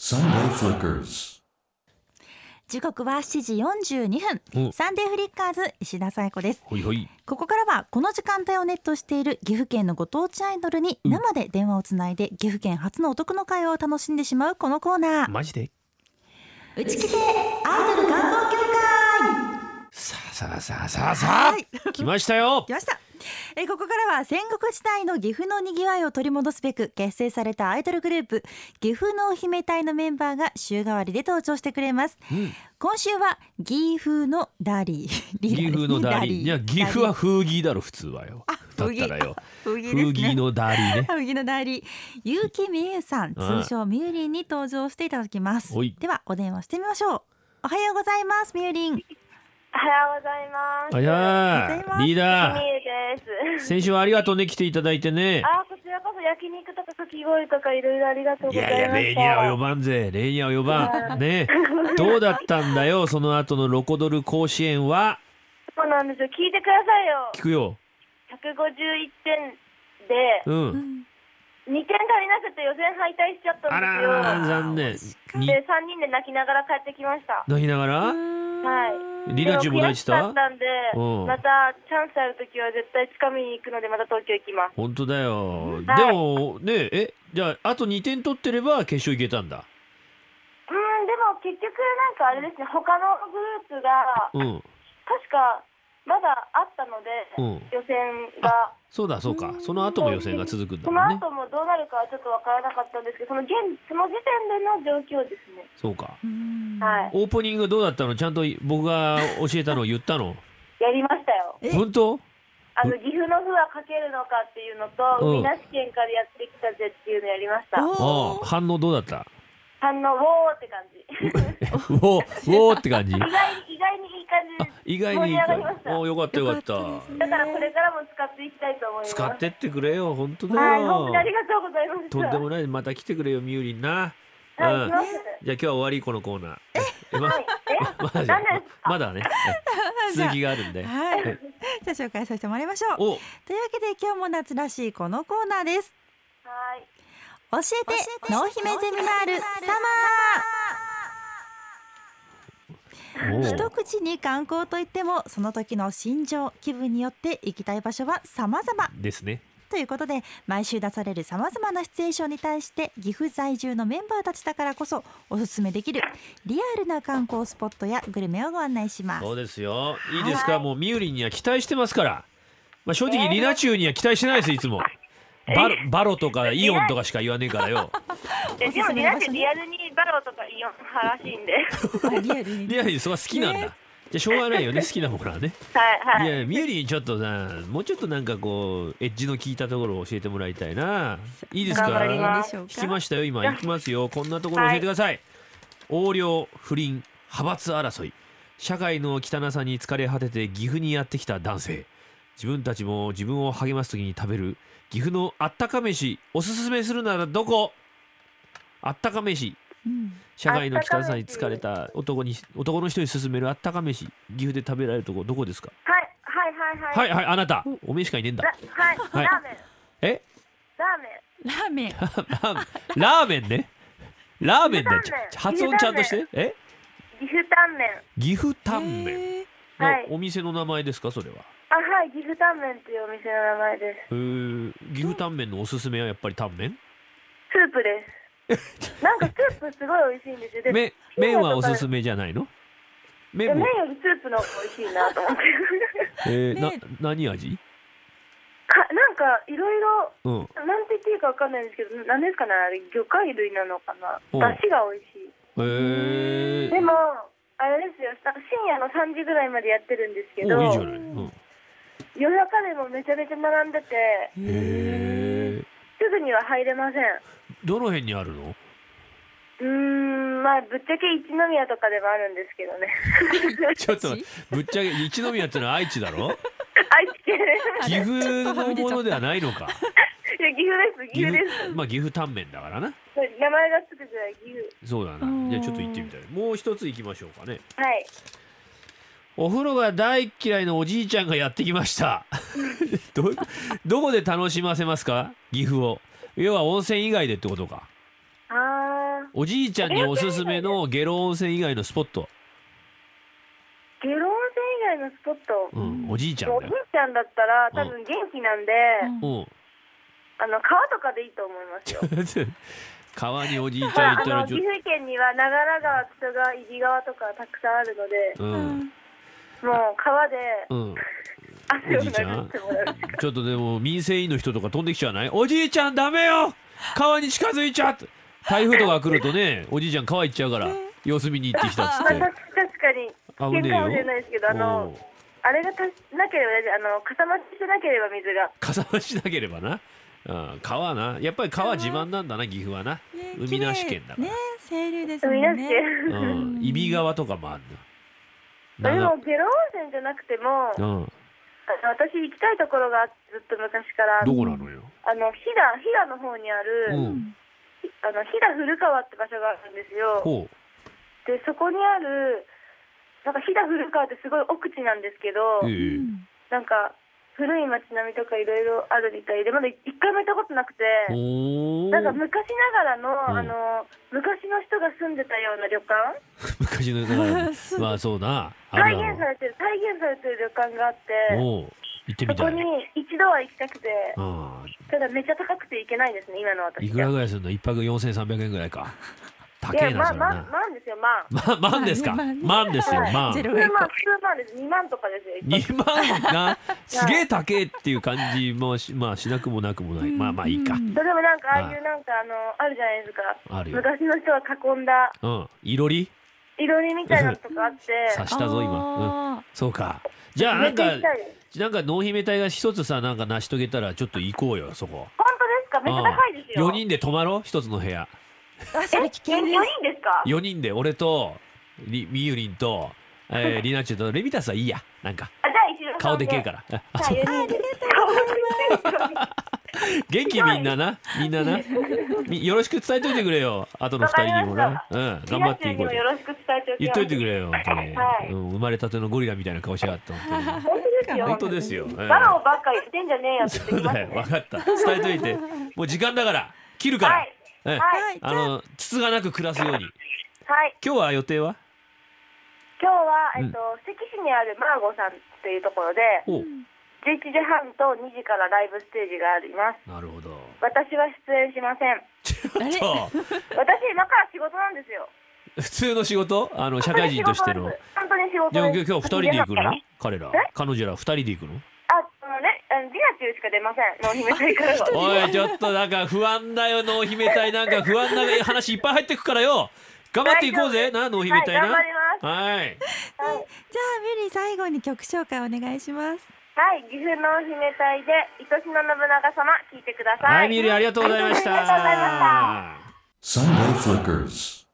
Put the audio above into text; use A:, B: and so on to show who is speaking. A: Sunday Flickers.
B: 時刻は7時42
C: お
B: 分サンデーフリッカーズ石田紗友子です
C: ほいほい。
B: ここからはこの時間帯をネットしている岐阜県のご当地アイドルに生で電話をつないで岐阜県初のお得の会話を楽しんでしまうこのコーナー
C: マジで。
B: 打ち切りアイドル観光協会
C: さあさあさあさあさ
B: はい
C: あ。来ましたよ
B: 来。ましたえーここからは戦国時代の岐阜のにぎわいを取り戻すべく結成されたアイドルグループ岐阜の姫隊のメンバーが週替わりで登場してくれます、今週は岐阜のダリー リー
C: 岐阜のダーリン。い
B: ダ
C: や、
B: リー
C: 岐阜は風紀だろ、普通はよ。だ
B: ダ
C: っ
B: リ
C: た
B: ー
C: らよ。
B: あ風
C: 風
B: ですね
C: 紀のダーリンね。
B: 麦の代理結城美優さん
C: うん
B: 通称みゆりんに登場していただきます
C: おい
B: ではお電話してみましょうおはようございますみゆりん
D: おはようございま
C: あ
D: す。
B: ありがとうござい
C: や
B: ま
C: ー、
B: す
C: リーダ
D: み
C: ー。
D: ゆです。
C: 先週はありがとうね、来ていただいてね。
D: あ、こちらこそ焼肉とかかき氷とかいろいろありがとうご
C: い
D: ざいま
C: や
D: し
C: いや、
D: た。
C: レイニアを呼ばんぜ、レイニアを呼ばん。ねえ。どうだったんだよ、その後のロコドル甲子園は。
D: そうなんですよ。聞いてくださいよ
C: 聞。くよ。
D: 151点で
C: うん。
D: 2点足りなくて予選敗退しちゃった
C: あ
D: んですよ。
C: らー、残念。に
D: で、3人で泣きながら帰ってきました。
C: 泣きながら。
D: はい。
C: リナちゃんも泣いてた
D: でも悔しかったんで、
C: うん
D: またチャンスあるときは絶対掴みに行くので、また東京行きます。
C: 本当だよ。
D: はい
C: でもねえ、じゃああと2点取ってれば決勝いけたんだ。
D: うん、でも結局なんかあれですね、他のグループが
C: うん、
D: 確かまだあったので、
C: うん
D: 予選が。
C: そうだそうか。その後も予選が続くんだ
D: そ
C: も
D: の
C: んね。
D: 後もどうなるかはちょっとわからなかったんですけど、その現その時点での状況ですね。
C: そうか。
D: はい。
C: オープニングどうだったの？ちゃんと僕が教えたの言ったの。
D: やりましたよ。
B: え
C: 本当？
D: あの岐阜の歩はかけるのかっていうのと、
C: うん
D: 海なし県からやってきたぜっていうのやりました。
C: あ
B: お
C: あ、反応どうだった？
D: 反応おーって感じ。意
C: うおうおーって感じ。
D: 外に意外にいい感
C: あ
D: じです。
C: 意外にいい
D: 盛り上がりました
C: おーよかったよかった。
D: だからこれからも使っていきたいと思います。
C: 使ってってくれよ本当だ
D: はい、本
C: よ
D: 当にあ。りがとうございました。
C: とんでもないまた来てくれよみゆりんな。う
D: はい、行
C: ん
D: き。ます。
C: じゃあ今日は終わりこのコーナー。え、ま
D: は い、え、
C: まだじゃ
D: 何ですか
C: まだ ね。続きがあるんで。
B: はいじゃあ紹介させてもらいましょう
C: お、
B: というわけで今日も夏らしいこのコーナーです
D: はい。
B: 教えて濃姫ゼミナールサ
C: お
B: マー一
C: う
B: 口に観光といってもその時の心情気分によって行きたい場所は様々
C: ですね。
B: ということで毎週出されるさまざまなシチュエーションに対して岐阜在住のメンバーたちだからこそおすすめできるリアルな観光スポットやグルメをご案内します。
C: そうですよ。いいですか、もうみゆりんには期待してますから。まあ、正直リナチュウには期待してないですいつも。バロバロとかイオンとかしか言わねえからよ。
D: えでもリアルリアルにバロとかイオン派らしい んで。
B: リアルに
C: リナにそれは好きなんだ。
B: ね
C: じゃあしょうがないよね好きなものはね。
D: はい
C: い
D: はい。
C: やみゆりんちょっとさもうちょっとなんかこうエッジの効いたところを教えてもらいたいな。いいですか。
D: 頑張ります
C: 聞きましたよ今行きますよこんなところ教えてください、横領不倫派閥争い社会の汚さに疲れ果てて岐阜にやってきた男性自分たちも自分を励ます時に食べる岐阜のあったか飯おすすめするならどこあったか飯
B: うん
C: 社会の汚さに疲れた男に男の人に勧めるあったか飯岐阜で食べられるとこどこですか
D: はいはいはいはい。
C: はいはいあなたおめえしかいねえんだ
D: ラはい、
C: はい
D: ラーメ
C: え
D: ン、ラーメン。
B: ラーメン
C: ラーメンラーメンねラーメンだよ
D: 岐阜ラーメン
C: 発音ちゃんとしてえ
D: 岐阜タンメン。
C: 岐阜タンメン
B: へー
C: の
D: はい
C: お店の名前ですかそれは、
D: あ、はい、岐阜タンメンっていうお店の名前です。
C: えー岐阜タンメンのおすすめはやっぱりタンメン
D: スープです。なんかスープすごい美味しいんですよ。で
C: め麺はおすすめじゃないの
D: え
C: 麺
D: 麺
C: も、
D: よりスープの方が美味しいなと思って。
C: えーな
B: ね
C: 何味
D: かなんかいろいろ。
C: うん
D: なんて言っていいかわかんないんですけど、なんですかね、あれ魚介類なのかな。
C: おう
D: だしが美味しい。
C: えー、
D: でも、あれですよ、なんか深夜の3時ぐらいまでやってるんですけど
C: おいいじゃ。ない、うん、
D: 夜中でもめちゃめちゃ並んでて、
C: え
D: すぐには入れませ
C: ー、
D: ん。
C: どの辺にあるの
D: うーん、まあ、ぶっちゃけ一宮とかでもあるんですけどね。
C: ちょっと待ってぶっちゃけ一宮ってのは愛知だ ろ
D: 愛知県。
C: 岐阜のものではないのか
D: いや、岐阜です、岐阜です。
C: まあ岐阜タンメンだからな
D: 名前がつくぐらい岐阜。
C: そうだなじゃあちょっと行ってみたいもう一つ行きましょうかね
D: はい。
C: お風呂が大嫌いのおじいちゃんがやってきました。 どういうどこで楽しませますか岐阜を。要は温泉以外でってことか。
D: あー。
C: おじいちゃんにおすすめの下呂温泉以外のスポット、
D: 下呂温泉以外のスポット、
C: うん、おじいちゃん
D: お
C: だ
D: じい
C: よ、
D: ちゃんだったら多
C: う
D: 分元気なんで、
C: う、
B: うん
D: あの川とかでいいと思いますよ
C: 川にお じいち
D: ま
C: ゃん行
D: あ
C: った
D: あ
C: ら
D: の
C: ち
D: 岐
C: ょっ
D: 阜県には長良川木曽川伊木川とかたくさんあるので
C: と、うん
D: もう川で
C: うん、
D: 汗
C: おじ
D: を流
C: い
D: し
C: ち
D: て
C: ゃん
D: もらう
C: ちょっとでも民生委員の人とか飛んできちゃわないおじいちゃんダメよ川に近づいちゃって台風とか来るとねおじいちゃん川行っちゃうから様子見に行ってきたっつっ
D: まあ、
C: て
D: た確かに危険かもしれないですけどあ
C: お
D: の
C: う
D: あれがたしなければ大丈夫あのかさ増ししてなければ水が
C: かさ増しなければな、うん、川なやっぱり川自慢なんだな岐阜はな、
B: ね
C: 海なし県だから
B: ね、清流ですもん
D: 海
B: ね
D: なし県
C: うん、揖斐川とかもある
D: で
C: な長
D: も下呂温泉じゃなくてもあ
C: うん、
D: の私行きたいところがずっと昔からあ
C: ど
D: の
C: こ
D: 飛
C: なのよ、
D: 騨飛騨の方にあ
C: う
D: る、
C: ん、
D: あの飛騨古川って場所があるんですよ
C: ほ
D: でそこにあるなんか飛騨古川ってすごい奥地なんですけど
C: う、ええ
B: うん
D: なんか古い町並みとかいろいろあるみたいでまだ一回も行ったことなくて
C: おお
D: なんか昔ながらの,、
C: うん
D: あの昔の人が住んでたような旅館
C: 昔のな
B: す
C: まあそうなあ
D: 再
C: る
D: 現さ
C: あ
D: れてる再現されてる旅館があっ
C: る
D: て
C: おう行って
D: そ
C: み
D: こ
C: た
D: に
C: い
D: 一度は行きたくて
C: ああ
D: ただめっちゃ高くて行けないですね今の私
C: いくら
D: が
C: ぐらいするの一泊4300円ぐらいか高
D: いや
C: えな
D: ま
C: そ
D: あ
C: れ
D: まあ
C: な
D: まあですよまあ
C: ま万ですか
B: まあね
C: 万ですよ
D: はい
C: 万
B: ゼロ
D: 普通まあ普通なんです2万とかで すよ一泊
C: 2万がすげえ高えっていう感じもし,、まあ、しなくもなくもないまあまあいいか
B: うん
D: それでもなんかああ
C: はい
D: いうなんかあのあるじゃないですか
C: あるよ
D: 昔の人が囲んだ
C: うんいろり
D: いろりみたいなのとかあって
C: 刺したぞ今、うん、
B: あ
C: そうかじゃあな
D: めっ
C: ん
D: ち
C: か
D: ゃ行きたいです
C: なんか濃姫隊が一つさなんか成し遂げたらちょっと行こうよそこ
D: 本当ですかめっちゃ高いですよ
C: 4人で泊まろう一つの部屋
B: ーあそれ危険で
D: 4人ですか
C: 4人で俺とりみゆりんと、 えー、りなちゅうとレビタスはいいやなんか
D: あじゃあ一緒に
C: 顔でけえからああ
D: じゃあ
C: そう
D: 4人で顔でけえから
C: 元気みんな なみんななみよろしく伝えといてくれよ後の2人にも
D: わ
C: な、うん、頑張っていこう
D: 皆さんにもよろしく伝えておき
C: 言
D: ま
C: っ
D: す
C: といてくれよ本当に、
D: はい
C: うん、生まれたてのゴリラみたいな顔しやがって本当に
D: 本当ですよ
C: 本当ですよ、ええ
D: バローばっか言ってんじゃねえよって
C: そ
D: 言
C: う
D: ってきます
C: だよ分かった伝えといてもう時間だから切るから、
D: はい
C: ええ
D: はい
B: はい
C: あの筒がなく暮らすように
D: はい
C: 今日は予定は
D: 今日は、えっと、関市にあるマーゴさんというところで
C: お
D: 11時半と2時からライブステージがあります
C: なるほど
D: 私は出演しません
C: ちょっと
D: 私今から仕事なんですよ
C: 普通の仕事あの社会人としての
D: 本当に仕事
C: でも
D: で
C: 今
D: す
C: 日今日2人で行くの
D: あ
C: 彼ら彼女ら2人で行くの
D: あのねあのディナチューしか出ませんもう姫隊 からは
C: おいちょっとなんか不安だよ濃姫隊なん か不安な話いっぱい入ってくからよ頑張っていこうぜな濃姫隊
D: はい頑張
C: な
D: りま
C: はい
D: すはい
B: じゃあミュリー最後に曲紹介お願いします
D: はい、岐阜のお姫隊で愛しの信長様聞いてください。
C: はいみゆりありがとうございました
D: ありがとうございました。
A: Sunday Flickers.